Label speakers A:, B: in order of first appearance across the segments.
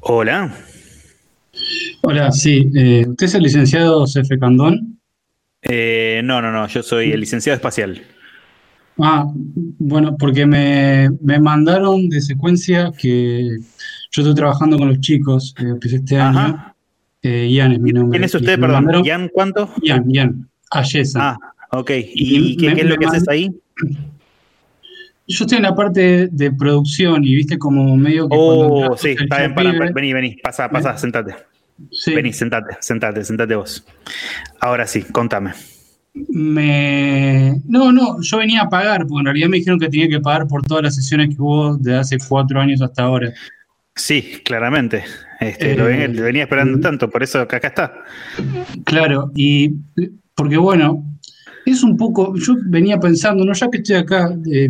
A: Hola.
B: Hola, sí. eh, ¿Usted es el licenciado C.F. Candón?
A: Eh, no, no, no, yo soy el licenciado espacial.
B: Ah, bueno, porque me, me mandaron de secuencia que yo estoy trabajando con los chicos, eh, empecé este
A: Ajá.
B: año. Eh, Ian es mi nombre.
A: ¿Quién es
B: Y
A: usted,
B: me
A: perdón?
B: mandaron-
A: ¿Ian cuánto?
B: Ian, Ian, Ayesa.
A: Ah, ok. ¿Y,
B: Y
A: qué,
B: me-
A: qué es lo
B: me
A: que
B: mand-
A: haces ahí?
B: Yo estoy en la parte de producción y viste como medio que cuando
A: Oh,
B: entras,
A: sí,
B: el
A: está bien,
B: show
A: pará,
B: pibe,
A: pará, vení, vení, pasa, pasa, sentate.
B: sí,
A: Vení, sentate, sentate, sentate vos. Ahora sí, contame.
B: me... No, no, yo venía a pagar, porque en realidad me dijeron que tenía que pagar por todas las sesiones que hubo de hace cuatro años hasta ahora.
A: Sí, claramente. Este, lo
B: Eh,
A: venía, te venía esperando
B: mm.
A: tanto, por eso que acá está.
B: Claro, y porque bueno, es un poco, yo venía pensando, ¿no? Ya que estoy acá, eh,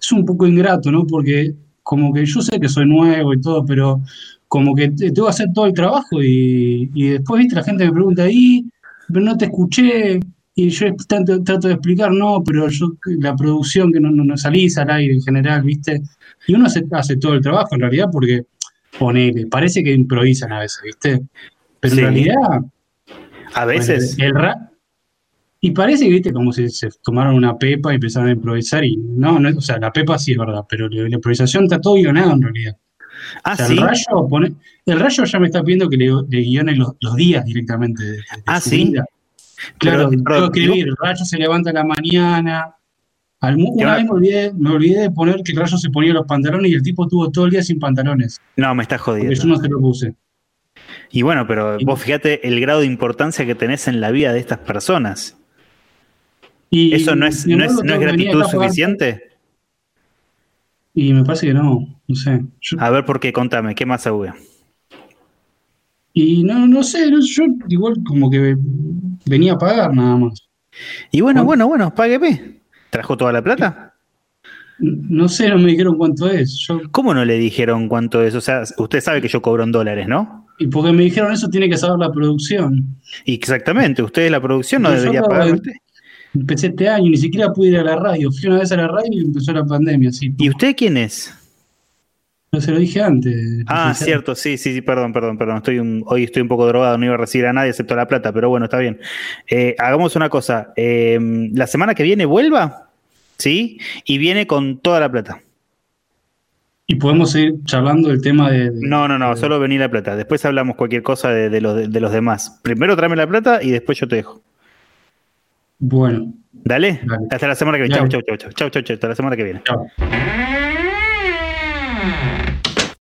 B: es un poco ingrato, ¿no? Porque como que yo sé que soy nuevo y todo, pero como que te- tengo que hacer todo el trabajo y, y después, viste, la gente me pregunta, ahí, pero no te escuché, y yo tanto- trato de explicar, no, pero yo, la producción que no, no, no salís al aire en general, viste, y uno hace, hace todo el trabajo en realidad porque, ponele, parece que improvisan a veces, viste, pero
A: Sí.
B: en realidad...
A: A veces.
B: Bueno, Pues, el ra- y parece que, viste, como si se tomaron una pepa y empezaron a improvisar. Y no, no, o sea, la pepa sí es verdad, pero la, la improvisación está todo guionado en realidad.
A: Ah,
B: O sea,
A: sí.
B: el, rayo pone- el rayo ya me está pidiendo que le, le guione los, los días directamente. de- de
A: Ah,
B: su
A: sí.
B: vida. Claro,
A: Pero- pero-
B: tengo que escribir, el rayo se levanta a la mañana. Al mu-
A: Y
B: una
A: ahora-
B: vez me olvidé, me olvidé de poner que el rayo se ponía los pantalones y el tipo estuvo todo el día sin pantalones.
A: No, me estás
B: Porque
A: jodiendo.
B: yo no se lo puse.
A: Y bueno, pero vos fíjate el grado de importancia que tenés en la vida de estas personas.
B: Y,
A: ¿Eso no es,
B: sin
A: no es, no
B: embargo,
A: es
B: tengo que venir
A: gratitud
B: acá a pagar-
A: suficiente?
B: Y me parece que no, no sé. Yo-
A: A ver, por qué, contame, ¿qué más hubo?
B: Y no, no sé, no- yo igual como que venía a pagar nada más.
A: Y bueno,
B: ¿Cuánto?
A: bueno, bueno, págueme. ¿Trajo toda la plata?
B: N- No sé, no me dijeron cuánto es. Yo,
A: ¿Cómo no le dijeron cuánto es? O sea, usted sabe que yo cobro en dólares, ¿no?
B: y porque me dijeron eso tiene que saber la producción.
A: Y Exactamente, usted de la producción no
B: Yo
A: debería
B: acabo
A: pagar
B: de-
A: usted.
B: Empecé este año, ni siquiera pude ir a la radio. Fui una vez a la radio y empezó la pandemia, así.
A: ¿Y usted quién es?
B: No se lo dije antes.
A: Ah,
B: licenciado.
A: cierto, sí, sí, sí, perdón, perdón, perdón. Estoy un- hoy estoy un poco drogado, no iba a recibir a nadie excepto la plata, pero bueno, está bien. Eh, hagamos una cosa. eh, la semana que viene vuelva, ¿sí? Y viene con toda la plata.
B: Y podemos seguir charlando del tema de... de-
A: No, no, no, solo vení la plata. Después hablamos cualquier cosa de, de los, de, los demás. Primero tráeme la plata y después yo te dejo.
B: Bueno,
A: Dale.
B: Dale.
A: Hasta la semana que viene. Chau,
B: Dale.
A: chau, chau, chau. Chau, chau, chau. Hasta la semana que viene.
B: chao.